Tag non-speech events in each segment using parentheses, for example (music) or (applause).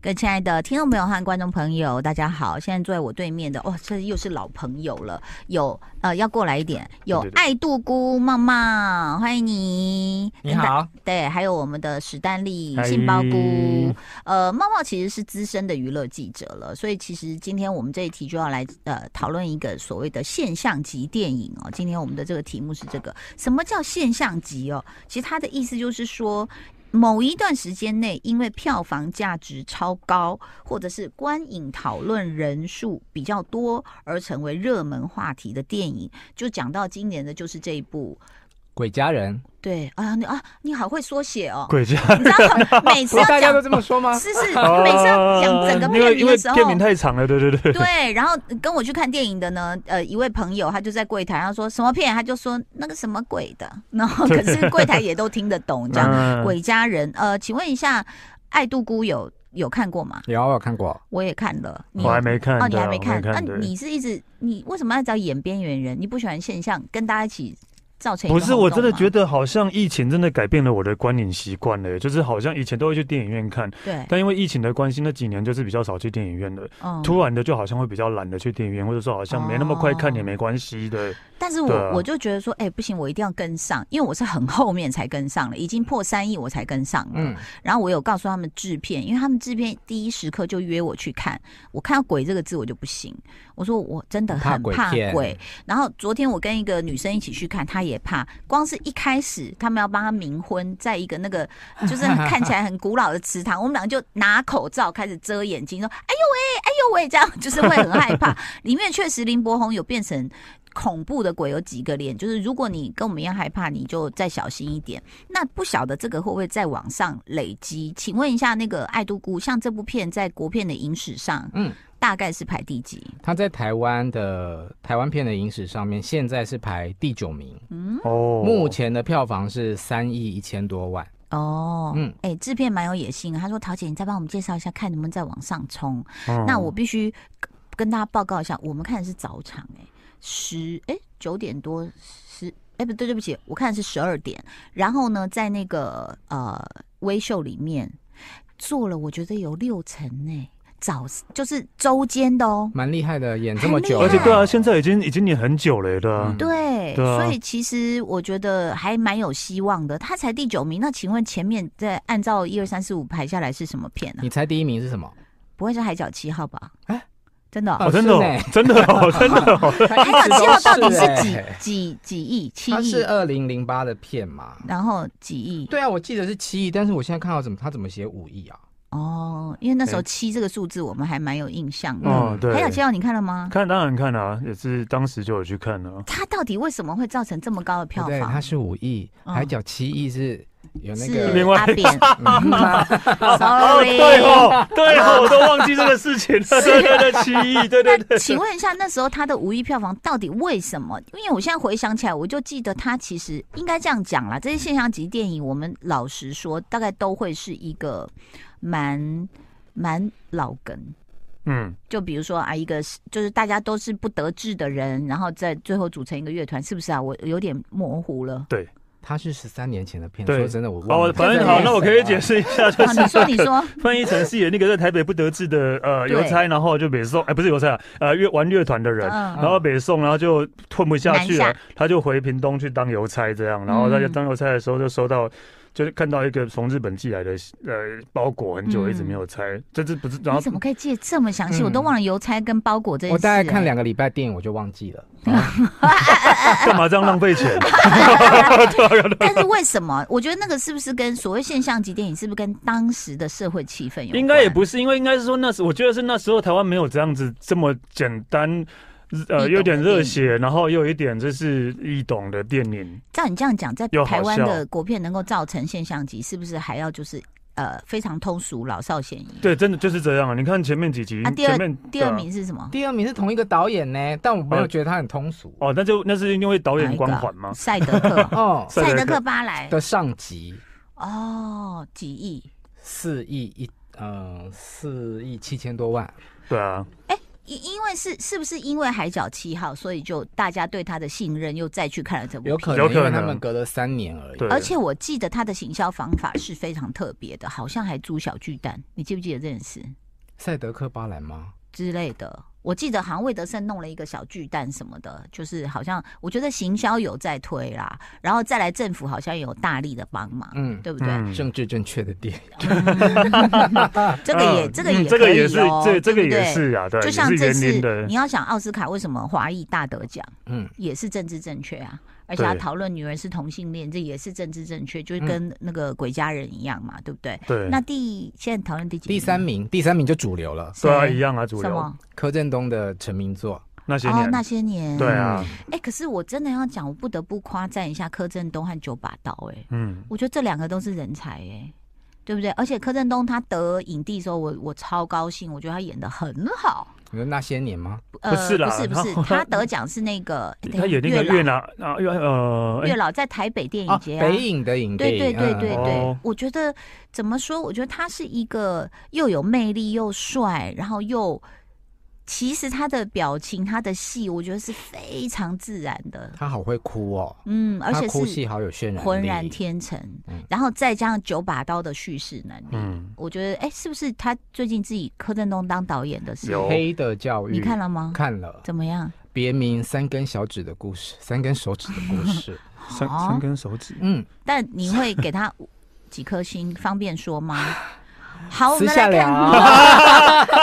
各位亲爱的听众朋友和观众朋友，大家好！现在坐在我对面的，哇、这又是老朋友了。有呃，要过来一点，有对对对爱杜姑茂茂，欢迎你。你好，对，还有我们的史丹利、嗨杏鲍菇。呃，茂茂其实是资深的娱乐记者了，所以其实今天我们这一题就要来呃讨论一个所谓的现象级电影哦。今天我们的这个题目是这个，什么叫现象级哦？其实它的意思就是说。某一段时间内，因为票房价值超高，或者是观影讨论人数比较多而成为热门话题的电影，就讲到今年的就是这一部。鬼家人，对啊，你啊，你好会缩写哦。鬼家你知道每次要大家讲都，这么说吗？是是，每次要讲整个因片为名哦因为的时候片，名太长了，对对对，对，然后跟我去看电影的呢，呃，一位朋友他就在柜台，他说什么片，他就说那个什么鬼的，然 (laughs) 后可是柜台也都听得懂，这样嗯鬼家人，呃，请问一下，爱杜姑有有看过吗？ (laughs) 有我有看过，我也看了，你我还有没看，哦，你对还啊没我看，那、对你是一直你为什么要找演边缘人？你不喜欢现象，跟大家一起造成一个不是，我真的觉得得好像疫情真的改变了我的观影习惯了耶，就是好像以前都会去电影院看，对，但因为疫情的关系，那几年就是比较少去电影院了。嗯突然的就好像会比较懒得去电影院，或者说好像没那么快看哦也没关系的。但是我、对啊我就觉得说，哎、不行，我一定要跟上，因为我是很后面才跟上了，已经破三亿我才跟上了。嗯，然后我有告诉他们制片，因为他们制片第一时刻就约我去看，我看到“鬼”这个字我就不行，我说我真的很鬼怕片，鬼。然后昨天我跟一个女生一起去看，她也怕。光是一开始他们要帮她冥婚，在一个那 (laughs) 个就是很看起来很古老的祠堂，我们俩就拿口罩开始遮眼睛，说：“哎呦喂，哎呦喂！”这样 (laughs) 就是会很害怕。里面确实林柏宏有变成。恐怖的鬼有几个脸，就是如果你跟我们一样害怕，你就再小心一点。那不晓得这个会不会在网上累积？请问一下，那个爱都姑，像这部片在国片的影史上，嗯嗯，大概是排第几？他在台湾的台湾片的影史上面，现在是排第九名，哦，目前的票房是三亿一千多万，哦，嗯嗯，哎、制片蛮有野心啊。他说：“桃姐，你再帮我们介绍一下，看能不能再往上冲。嗯那我必须跟大家报告一下，我们看的是早场、哎，十哎九点多十，哎、不对，对不起，我看的是十二点。然后呢，在那个呃微秀里面做了，我觉得有六成呢、早就是周间的哦。蛮厉害的，演这么久，而且对啊，现在已经已经演很久了耶，对啊嗯。对，对啊所以其实我觉得还蛮有希望的。他才第九名，那请问前面在按照一二三四五排下来是什么片呢、你猜第一名是什么？不会是海角七号吧？哎真的哦、哦，真的哦是，真的哦，(laughs) 真的哦，海海角七号到底哎是几几几亿？七它是亿？二零零八的片嘛？然后几亿？对啊，我记得是七亿，但是我现在看到怎么他怎么写五亿啊？哦，因为那时候对七这个数字我们还蛮有印象的。哦，对海。角七号你看了吗？看当然看啊，也是当时就有去看啊。它到底为什么会造成这么高的票对，房它？是五亿，嗯海角七亿是有那是个另外阿扁，sorry，对哦， (laughs) 对哦，我都忘记这个事情了。对对对，七亿，对对 (laughs) 那请问一下，那时候他的五亿票房到底为什么？因为我现在回想起来，我就记得他其实应该这样讲啦，这些现象级电影，我们老实说，大概都会是一个蛮蛮老梗。嗯，就比如说啊，一个是就是大家都是不得志的人，然后在最后组成一个乐团，是不是啊？我有点模糊 (laughs) 了。它是十三年前的片，对说真的我忘好，了。反正好，那我可以解释。释一下，就啊、是 (laughs) 你说，你 (laughs) 说，翻译成是演那个在台北不得志的呃对邮差，然后就北宋，哎，不是邮差啊，呃乐玩乐团的人，嗯，然后北宋，然后就混不下去南了下，他就回屏东去当邮差这样，然后他就当邮差的时候就收到。就是看到一个从日本寄来的呃包裹，很久一直没有拆，这这不是然你后怎么可以记得这么详细？嗯我都忘了邮差跟包裹这件我事、大概看哎两个礼拜电影，我就忘记了。干嘛这样浪费钱？ (laughs) 啊但是为什么？我 (laughs) 觉得那个是不是跟所谓现象级电影，是不是跟当时的社会气氛有关？应该也不是，因为应该是说那时，我觉得是那时候台湾没有这样子这么简单，呃，有点热血，然后又有一点就是易懂的电影。照你这样讲，在又好台湾笑的国片能够造成现象级，是不是还要就是呃非常通俗、老少咸宜？对，真的就是这样啊！你看前面几集，啊第二前面第二。对啊名是什么？第二名是同一个导演呢，但我没有觉得他很通俗，哦，那就那是因为导哪演一光个啊环吗？赛德克哦 (laughs) 赛赛德德克克巴莱的上集哦，几亿？四亿一呃四亿七千多万，对啊，因因为是是不是因为《海角七号》，所以就大家对他的信任又再去看了这部有片？可有能可因为他能们隔了三年而已。对而且我记得他的行销方法是非常特别的，好像还租小巨蛋，你记不记得这件事赛德克巴莱吗？之类的？我记得好像魏德胜弄了一个小巨蛋什么的，就是好像我觉得行销有在推啦，然后再来政府好像有大力的帮忙，嗯，对不对？ (laughs) 嗯，政治正确的电影。这个也、嗯这个也、嗯这个也是可以哦这这个对不也对是啊，对，就也像是这园次林的，你要想奥斯卡为什么华裔大得奖，嗯，也是政治正确啊，而且他讨论女人是同性恋，这也是政治正确，就是跟那个鬼家人一样嘛，对不对？嗯对，那第现在讨论第几名？第三名，第三名就主流了，谁对啊，一样啊，主什流么？柯震东的成名作。嗯那些哦，年那，些年。对啊，哎、可是我真的要讲，我不得不夸赞一下柯震东和九把刀、哎，嗯，我觉得这两个都是人才、哎。对不对？而且柯震东他得影帝的时候，我我超高兴，我觉得他演的很好。你说那些年吗？呃，不是啦不是不是，他他得奖是那个他演那月个越南啊，越呃，老月老在台北电啊影，节啊北影的影帝。对对对嗯对嗯对哦，我觉得怎么说？我觉得他是一个又有魅力又帅，然后又其实他的表情、他的戏，我觉得是非常自然的，他好会哭哦，嗯，而且他哭是戏好有渲染力，浑然天成嗯，然后再加上九把刀的叙事能力，嗯，我觉得哎，是不是他最近自己柯震东当导演的是？有黑的教育。你看了吗？看了，怎么样？别名三根小指的 (laughs) 故事，三根手指的故事。三哦三根手指，嗯，但你会给他几颗星？方便说 (laughs) 吗？好，我私们下来看。聊。啊 (laughs)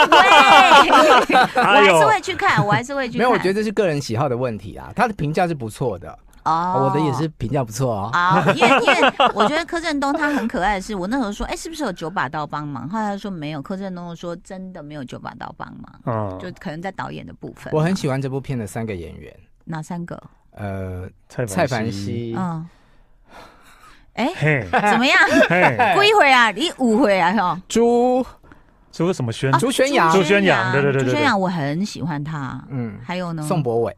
对，我还哎是呦会去看，我还是会去看。没有，我觉得这是个人喜好的问题啊。他的评价是不错的，啊哦，我的也是。评价不错哦。啊，因为因为我觉得柯震东他很可爱的是，我那时候说，哎、是不是有九把刀帮忙？后来他说没有，柯震东说真的没有九把刀帮忙，嗯，就可能在导演的部分。我很喜欢这部片的三个演员，哪三个？呃，蔡蔡凡，熙、嗯，哎、嘿，怎 (laughs) 么样？嘿，过一会儿啊，你误会啊，哟。朱这个什么宣啊朱宣阳朱宣阳对对对对朱对宣阳我很喜欢他。嗯，还有呢？宋博伟，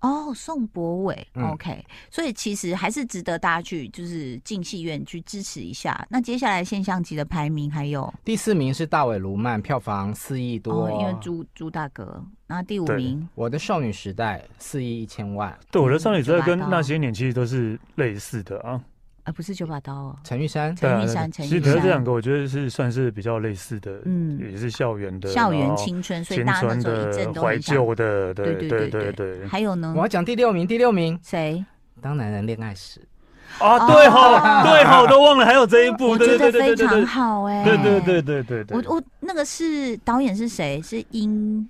哦，宋博伟、嗯 o k 所以其实还是值得大家去就是进戏院去支持一下。那接下来现象级的排名还有第四名是大卫卢曼，票房四亿多。啊哦，因为朱朱大哥，然后第五对名我的少女时代四亿一千万，对，我的少女时代跟九把刀那些年其实都是类似的啊。啊不是九把刀哦，陈玉珊对啊陈玉珊，对陈啊其玉实这两珊，个我觉得是算是比较类似的，嗯也是校园的校园哦然后青春，所以青大家那春时候一阵的都怀很想。旧的，对对对对对。还有呢我，要讲第六名，第六名，谁？当男人恋爱时，啊，哦对吼，对吼，都忘了还有这一部，我对觉对得对对非对对常好哎、对对对对对对，我我那个是导演是谁？是殷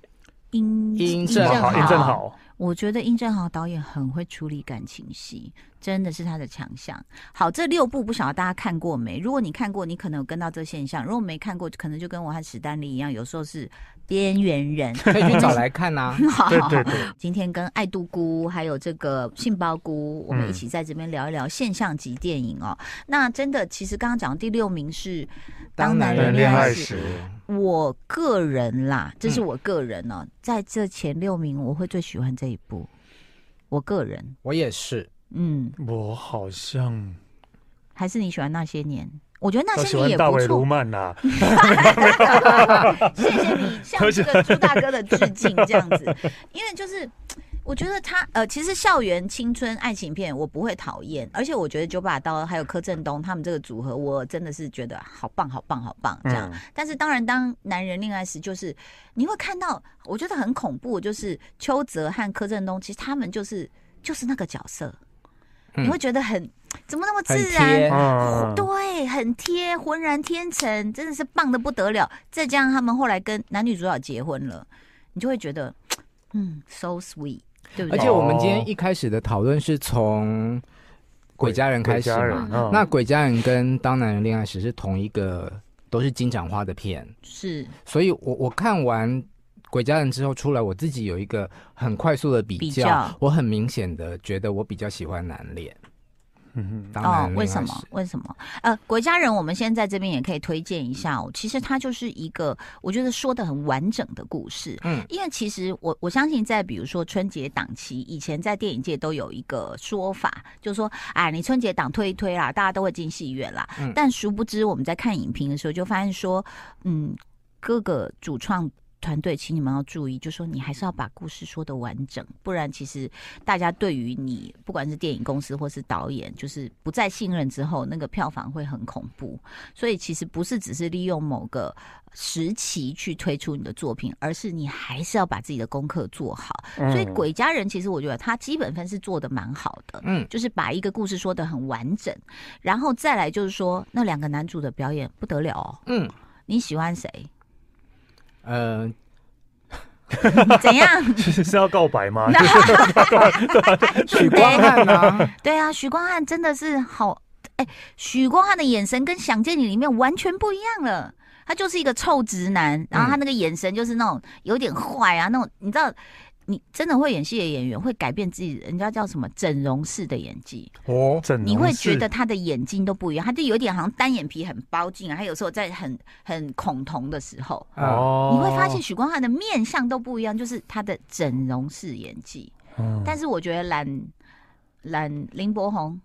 殷殷什正么好，好印证好，我觉得殷正豪导演很会处理感情戏，真的是他的强项。好，这六部不晓得大家看过没？如果你看过，你可能有跟到这现象；如果没看过，可能就跟我和史丹利一样，有时候是边缘人。可以去找来看啊 (laughs) 呐、好，对对对，今天跟爱杜姑还有这个杏鲍菇，我们一起嗯在这边聊一聊现象级电影哦。那真的，其实刚刚讲的第六名是《男人恋爱爱时我个人啦，这是我个人哦，在这前六名，我会最喜欢这一部。我个人，我也是，嗯，我好像还是你喜欢那些年？我觉得那都些喜年欢也大不伟卢错。曼啦，谢谢你向 (laughs) 这个朱大哥的致敬，这样子，因为就是。我觉得他呃，其实校园青春爱情片我不会讨厌，而且我觉得九把刀还有柯震东他们这个组合，我真的是觉得好棒好棒好棒这样。嗯，但是当然，当男人恋爱时，就是你会看到，我觉得很恐怖，就是邱泽和柯震东，其实他们就是就是那个角色，嗯你会觉得很怎么那么很自然，贴。嗯对，很贴，浑然天成，真的是棒的不得了。再加上他们后来跟男女主角结婚了，你就会觉得，嗯，so sweet，对不而对？且我们今天一开始的讨论是从《鬼家人》开始哦鬼家嘛，人嗯那《鬼家人》跟《当男人恋爱时》是同一个，都是金盏花的片，是所以我我看完《鬼家人》之后出来，我自己有一个很快速的比较，比较我很明显的觉得我比较喜欢男恋，嗯当男哦人，为恋什爱时么？为什么？呃，国家人，我们现在在这边也可以推荐一下哦。其实它就是一个，我觉得说的很完整的故事。嗯，因为其实我我相信，在比如说春节档期，以前在电影界都有一个说法，就是说啊，你春节档推一推啦，大家都会进戏院啦。嗯但殊不知，我们在看影评的时候就发现说，嗯，各个主创团队，请你们要注意，就说你还是要把故事说的完整，不然其实大家对于你不管是电影公司或是导演，就是不再信任之后，那个票房会很恐怖。所以其实不是只是利用某个时期去推出你的作品，而是你还是要把自己的功课做好。嗯所以《鬼家人》其实我觉得他基本分是做的蛮好的，嗯就是把一个故事说的很完整，然后再来就是说那两个男主的表演不得了哦。嗯你喜欢谁？呃，怎样？其实是要告白吗？许光汉啊，对啊，许光汉真的是好，哎、许光汉的眼神跟《想见你》里面完全不一样了。他就是一个臭直男，然嗯后他那个眼神就是那种有点坏啊，那种你知道，你真的会演戏的演员会改变自己，人家叫什么整容式的演技，哦，整容你会觉是得他的眼睛都不一样，他就有点好像单眼皮很包进来，他有时候在很很恐同的时候，哦，哦，你会发现许光汉的面相都不一样，就是他的整容式演技。嗯，但是我觉得懒懒林柏 (laughs) 宏，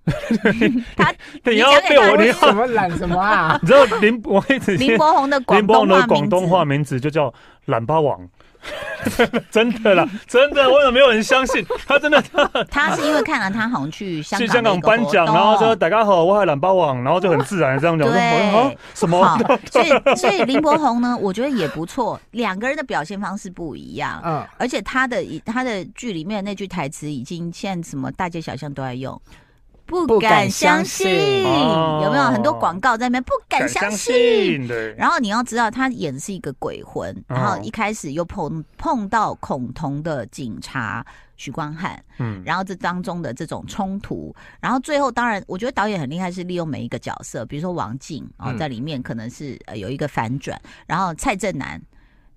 他你你要讲给被大家我，你听要 (laughs) (laughs) 什，么懒什 (laughs) 么啊？你知道林，我一直林柏宏的广 (laughs) 林波东话的广东话名名字就叫懒巴王。 (laughs) 真的啦，真的，为什么没有人相信？他真的字，他是因为看了他好像去香去港香港的一个颁奖，活动啊然后说大家好，我是懒巴王，然后就很自然地这样讲，我说啊对，什好 (laughs) 么？，所以所以林柏宏呢，我觉得也不错，两个人的表现方式不一样。嗯，而且他的他的剧里面那句台词已经现在什么大街小巷都在用，不不敢敢相相信哦有没有很多广告在那边不敢相信？，对，然后你要知道，他演的是一个鬼魂，哦然后一开始又碰碰到恐同的警察许光汉，嗯，然后这当中的这种冲突，然后最后当然，我觉得导演很厉害，是利用每一个角色，比如说王静哦，嗯在里面可能是、呃、有一个反转，然后蔡正南。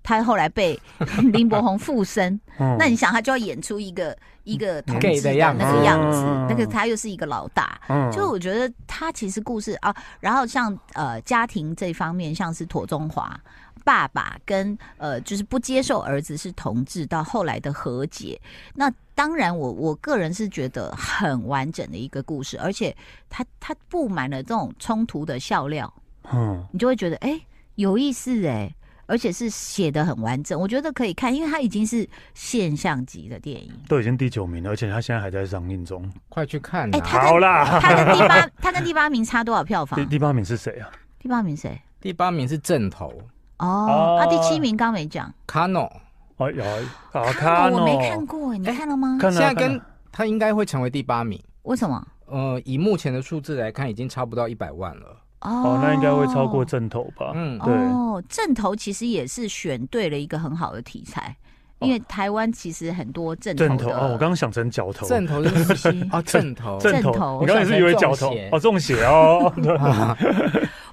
他后来 (laughs) 被林柏宏附身，那你想，他就要演出一个一个同哦嗯 gay 志的样子哦那个样子，嗯那个他又是一个老大，那就我觉得他其实故事啊，然后像呃家庭这方面，像是妥中华爸爸跟呃就是不接受儿子是同志，到后来的和解。那当然我，我个人是觉得很完整的一个故事，而且它它布满了这种冲突的笑料，嗯，你就会觉得哎、诶有意思哎、而且是写的很完整，我觉得可以看，因为它已经是现象级的电 (laughs) 影。都已经第九名了，而且他现在还在上映中。快去看哎、啊！他好跟啦，他跟第八，他跟第八名差多少票房第？第八名是谁啊？第八名谁？第八名是正头哦，啊，哦第七名刚没讲，卡诺，哦，有啊，看看过我哦，没看过，你哎看了吗？看了啊现在看了跟他应该会成为第八名。为什么？呃，以目前的数字来看，已经差不到一百万了。哦哦，那应该会超过正头吧？嗯，对哦，正头其实也是选对了一个很好的题材，因为台湾其实很多正哦正头头的哦，我刚刚想成脚头，正头 (laughs) 是西哦，正头，正啊正头，头你刚才是以为脚头我想成中邪哦，中邪哦， (laughs) 对 (laughs) 啊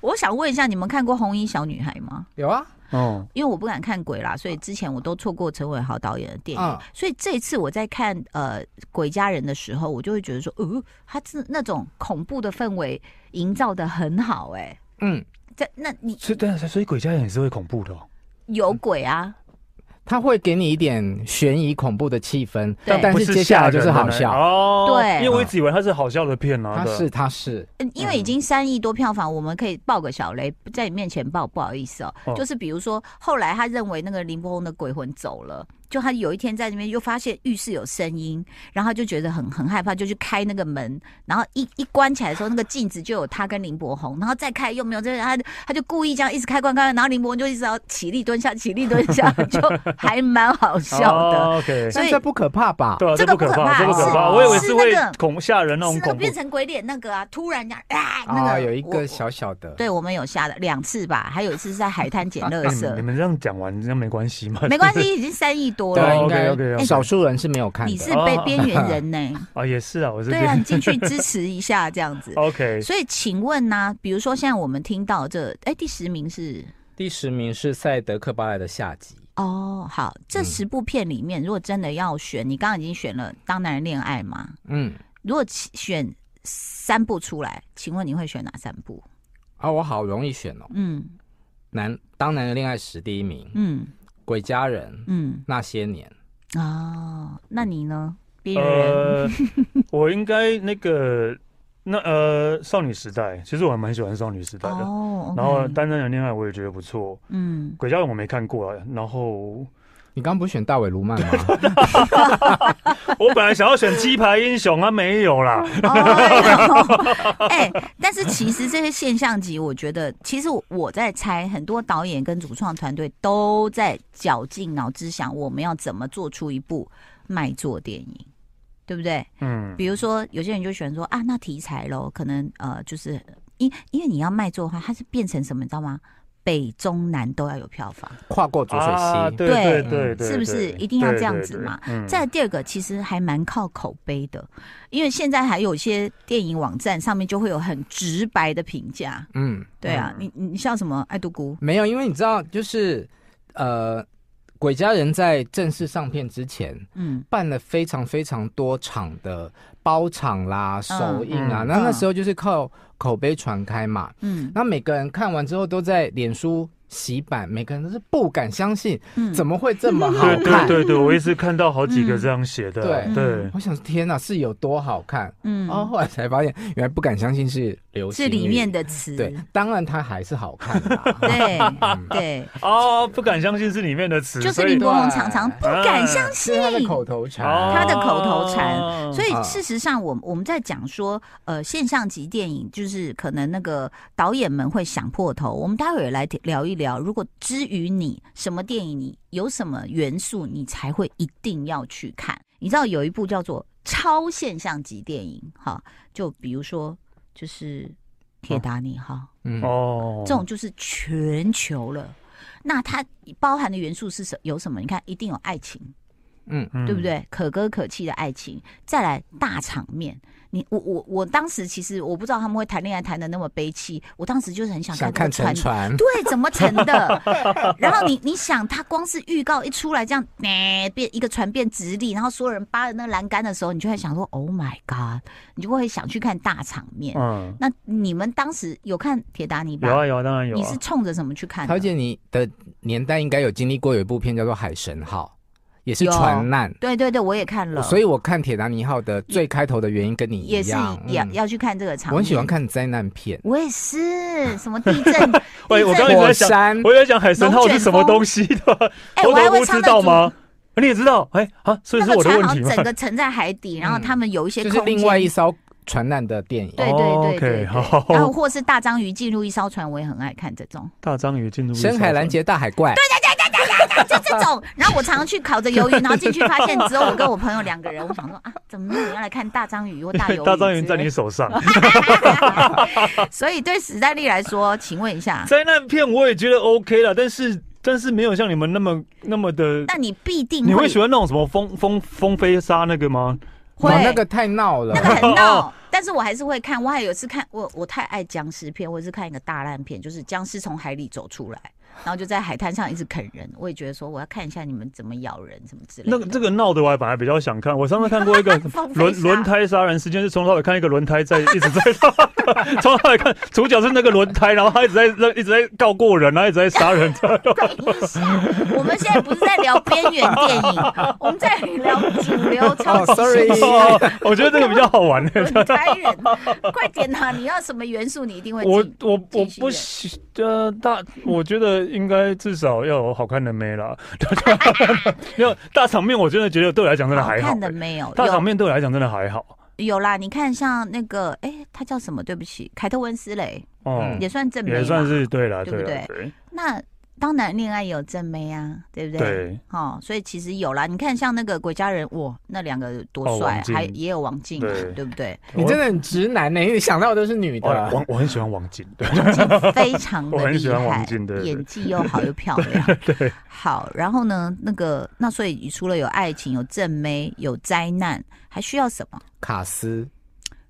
我想问一下，你们看过《红衣小女孩》吗？有啊，哦，因为我不敢看鬼啦，所以之前我都错过陈伟豪导演的电影。嗯所以这次我在看呃《鬼家人》的时候，我就会觉得说，呃，他是那种恐怖的氛围营造的很好、哎，嗯，在那你所以但是所以鬼家人也是会恐怖的哦，有鬼啊？他会给你一点悬疑恐怖的气氛，对但不是接下来就是吓人好的那笑。哦，对因为我一直以为它是好笑的片啊，他对是他是嗯，因为已经三亿多票房，我们可以爆个小雷，在你面前爆，不好意思哦。哦就是比如说，后来他认为那个林柏宏的鬼魂走了，就他有一天在那边就发现浴室有声音，然后他就觉得很很害怕，就去开那个门，然后一一关起来的时候，那个镜子就有他跟林柏宏，然后再开又没有，这他他就故意这样一直开关开关，然后林柏宏就一直要起立蹲下，起立蹲下，就还蛮好笑的。哦，OK，所以但这不可怕吧？对啊，这这个不可不可怕，怕这不可怕，是我以为是是那会个恐吓人那种是那个恐怖变，成鬼脸那个啊，突然这样啊，那啊，个有一我个小小的，哦对我们有下的两次吧，还有一次是在海滩捡垃哎你们你圾，们这样讲完，这样没关系吗？没关 (laughs) 系，已经三亿多对啊，了哦。应该 OK，OK，OK 少数人是没有看哎你是的。被边缘人呢、啊，也是啊，我是。对啊，你进去支持一下这样子 OK，哦所以，请问呢、比如说现在我们听到这，哎、第十名是第十名是赛德克巴莱的下集，哦，好，这嗯十部片里面，如果真的要选，你刚刚已经选了《当男人恋爱》嘛？嗯，如果起选三部出来，请问你会选哪三部？啊，我好容易选哦，嗯男当男人恋爱时第一名，嗯鬼家人嗯，那些年，哦，那你呢？边缘人、呃，我应该那个那呃，少女时代，其实我还蛮喜欢少女时代的。哦，呃然后 OK 单身的恋爱我也觉得不错，嗯，鬼家人我没看过啊。然后你刚刚不是选大尾卢曼吗？我本来想要选鸡排英雄啊，没有啦。哦哎呦哎、但是其实这些现象级，我觉得其实我在猜，很多导演跟主创团队都在绞尽脑汁想，我们要怎么做出一部卖座电影，对不对？嗯，比如说，有些人就喜欢说啊，那题材咯，可能呃，就是因因为你要卖座的话，它是变成什么，你知道吗？北中南都要有票房。跨过浊水溪，啊对对对对对，是不是对一定要对这样对子对嘛嗯再来第二个，其实还蛮靠口碑的，因为现在还有一些电影网站上面就会有很直白的评价。嗯，对啊，你你你像什么爱杜姑？没有，因为你知道，就是呃，鬼家人在正式上片之前嗯，办了非常非常多场的包场啦、首映啊，嗯那那嗯时候就是靠口碑传开嘛。嗯那每个人看完之后都在脸书洗版，每个人都是不敢相信，嗯怎么会这么 (laughs) 好对对看？对对，我也是看到好几个这样写的啊。嗯对，我想说天哪，是有多好看？嗯哦，后来才发现，原来不敢相信是流星是雨里面的 (laughs) 词。对，当然它还是好看 (laughs) 啦。对嗯 (laughs) 对，哦，不敢相信是里面的词，就是所李以国宏常常不敢相啊是信。他的口头禅，哦他的口头禅嗯所以啊事实上，我们我们在讲说，呃，现象级电影就是可能那个导演们会想破头。我们待会儿来聊一聊，如果之于你什么电影，你有什么元素，你才会一定要去看。你知道有一部叫做超现象级电影，哈，就比如说就是《铁达尼号》嗯哦，这种就是全球了。那它包含的元素是什有什么？你看，一定有爱情。嗯，嗯对不？对？可歌可泣的爱情，再来大场面。你我我我当时其实我不知道他们会谈恋爱谈的那么悲戚，我当时就是很想想看看这个沉船。船，对，怎么成的？ (laughs) 然后你你想，他光是预告一出来，这样，呃变一个船变直立，然后所有人扒着那个栏杆的时候，你就会想说，Oh my god！你就会想去看大场哦面。嗯，那你们当时有看《铁达尼》吧？有啊有啊，当然有你啊？是。冲着什么去看的？桃姐，你的年代应该有经历过有一部片叫做《海神号》，也是船难，对对对，我也看了，所以以我看《铁达尼号》的最开头的原因跟你也一是样，要、嗯要去看这个场面。我很喜欢看灾难片，我也是，什么地震 (laughs) 喂地震我刚刚一直火在想山，我以为讲海神号是什么东西的， (laughs) 哎、头我还头会不唱知那道吗 (laughs) 主？你也知道，哎啊，所以那是我个的船问好题像吗嗯整？个沉在海 (laughs) 底，然后他们有一些就空是间。另外一艘船难的电影。对对哦对 OK，对对好然后或是大章鱼进入一艘船，我也很爱看这种， (laughs) 大章鱼进入深海拦 (laughs) 蓝截大海怪，就这种。然后我常常去烤着鱿鱼，然后进去发现只有我跟我朋友两个人，我想说啊，怎么没有人要来看大章鱼或 (laughs) 大鱿鱼之类？大章鱼在你手 (laughs) 上，所以对史黛丽来说，请问一 (laughs) 下，灾难片我也觉得 OK 了，但是但是没有像你们那么那么的。那你必定你会会喜欢那种什么风风风飞沙那个吗？会哦哇那个太闹了那。个很哦闹，但是我还是会看。我还有一次看我我太爱僵尸片，我是看一个大烂片，就是僵尸从海里走出来，然后就在海滩上一直啃人。我也觉得说我要看一下你们怎么咬人什么之类那的。个这个闹的我还本来比较想看，我上次看过 (laughs) 一个风飞轮沙轮胎杀人事件，是从头到尾看一个轮胎在一直在杀，从头到尾看主角是那个轮胎，然后他一直在一直在告过人，然后一直在杀 (laughs) 人，等一下，我们现在不是在聊边缘电 (laughs) 影，我们在聊主流超级哦，sorry 新哦 (laughs) 我觉得这个比较好玩、欸。轮胎人。快点啊！你要什么元素，你一定会我进。我我继续不演喜呃大，我觉得应该至少要有好看的妹啦。 (laughs) (laughs) 没有大场面，我真的觉得对我来讲真的好还好、看的欸。没有？大场有面对我来讲真的还好有啦，你看像那个，哎、他叫什么？对不起，凯特温斯雷哦嗯，也算正美也嘛算是对啦，对不啦对那当然，恋爱也有正妹啊，对不对对？对，哦，所以其实有啦。你看，像那个鬼家人，哇，那两个多哦帅，王静还也有王静、啊，对对不对？ (laughs) 你真的很直男欸呢，因为想到的都是女我的。哦我我很喜欢王晶，对，王静非常 (laughs) 我的很厉喜欢害王静对，对演技又好又漂亮。 (laughs) 对，好。然后呢，那个那所以除了有爱情、有正妹、有灾难，还需要什么？卡斯，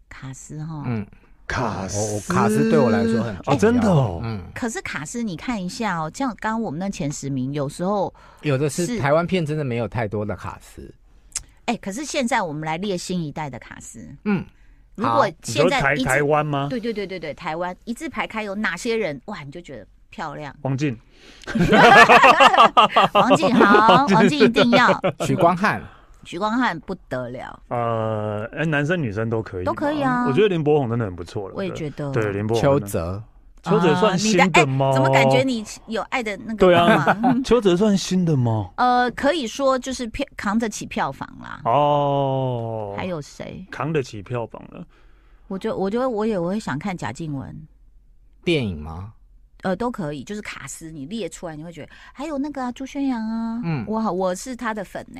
卡斯哈、嗯，卡我我卡斯对我来说很重哦，要真的哦，嗯，可是卡斯，你看一下哦，像刚刚我们那前十名，有时候有的是是台湾片真的没有太多的卡斯，哎，可是现在我们来列新一代的卡斯。嗯，如果好你现说在台一直台湾吗？。对对对对对，台湾一字排开有哪些人？哇，你就觉得漂亮 (laughs) 王静， (laughs) 王静好，王静一定要。 (laughs) 许光汉，许光汉不得了，呃，哎，男生女生都可以吗，都可以啊我觉得林柏宏真的很不错了，我也觉得。对林柏宏邱真的，泽，邱泽啊算你的新的哎吗？怎么感觉你有爱的那个？对啊，邱泽算新的吗？ (laughs) 呃，可以说就是票扛得起票房啦。哦，还有谁？扛得起票房了，我觉得，我觉得我也我会想看贾静雯，电影吗？呃，都可以，就是卡斯你列出来，你会觉得还有那个啊，朱宣阳啊，嗯哇，我是他的粉呢、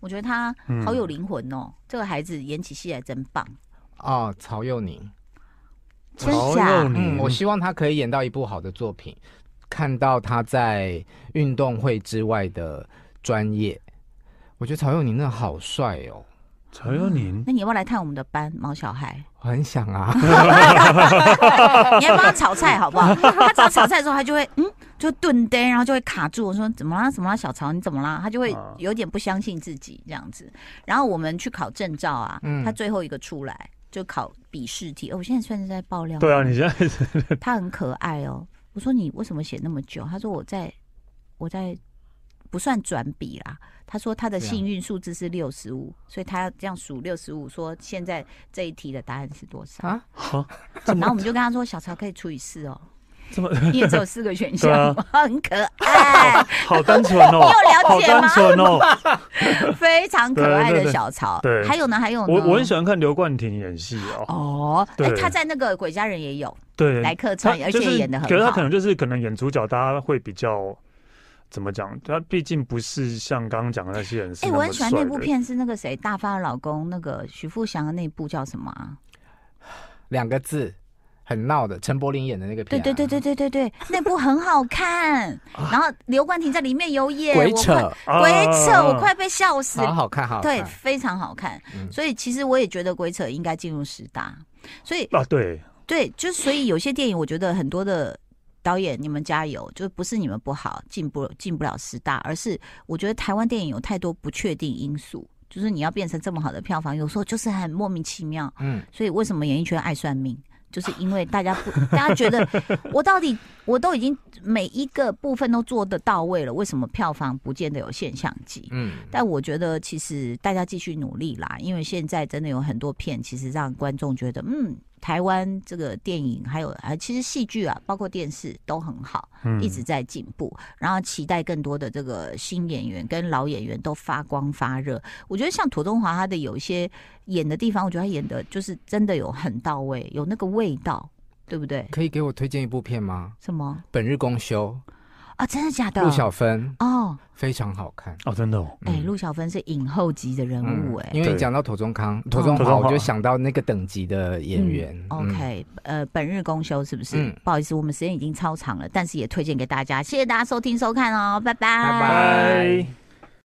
我觉得他嗯好有灵魂哦、这个孩子演起戏来真棒，哦，曹佑宁，真曹假佑？宁嗯，我希望他可以演到一部好的作品，看到他在运动会之外的专业。我觉得曹佑宁真的好帅哦，曹佑宁，那你要不要来探我们的班毛小孩？ (laughs) 我很想啊，你要帮他炒菜好不好？他只要炒菜的时候，他就会嗯，就顿呆，然后就会卡住。我说怎么啦？怎么啦？小曹你怎么啦？他就会啊有点不相信自己这样子。然后我们去考证照啊，嗯他最后一个出来就考笔试题。哦，我现在算是在爆料。对啊，你现在他很可爱哦。我说你为什么写那么久？他说我在我在不算转笔啦。他说他的对啊幸运数字是六十五，所以他这样数六十五，说现在这一题的答案是多少？啊，啊 (laughs) 然后我们就跟他 (laughs) 说，小曹可以除以四哦，这么因为只有四个选项，对啊 (laughs) 很可爱， (laughs) 好单纯 (laughs) 哦，又了好解单吗？纯哦。 (laughs) 非常可爱对对的对小曹。对还有呢，还有呢，我我很喜欢看刘冠廷演戏哦，哦，哎、对他在那个《鬼家人》也有对，来客他串，而就且是演的很可是他可好。能就是可能演主角，大家会比较怎么讲？他毕竟不是像刚刚讲的那些人是哎、那我么很喜欢帅那部的，片，是那个谁大发的老公，那个许富祥的那部叫什么啊？两个字，很闹的，陈柏霖演的那个片、对啊，对对对对对对，那部很好 (laughs) 看。啊然后刘冠廷在里面有演，鬼我扯，快鬼扯，啊我快被笑死好好看，好好看，对，非常好看。嗯所以其实我也觉得鬼扯应该进入十大。所以啊！对，对，就所以有些电影，我觉得很多的导演你们加油，就不是你们不好，进不进不了十大，而是我觉得台湾电影有太多不确定因素，就是你要变成这么好的票房，有时候就是很莫名其妙。嗯，所以为什么演艺圈爱算命？就是因为大家不，大家觉得我到底我都已经每一个部分都做得到位了，为什么票房不见得有现象级？嗯但我觉得其实大家继续努力啦，因为现在真的有很多片，其实让观众觉得，嗯，台湾这个电影还有啊，其实戏剧啊，包括电视都很好，嗯一直在进步。然后期待更多的这个新演员跟老演员都发光发热。我觉得像涂东华他的有一些演的地方，我觉得他演的就是真的有很到位，有那个味道，对不对？可以给我推荐一部片吗？什么《本日公休啊？真的假》，陆的？小芬哦，非常好看。哦，真的哦，哎、嗯陆小芬是影后级的人物、哎、因为对你讲到庹中康、庹中庹中华，华我就想到那个等级的演员。嗯 OK，呃，本日公休是不是？嗯不好意思，我们时间已经超长了，但是也推荐给大家，谢谢大家收听收看哦，拜拜拜拜。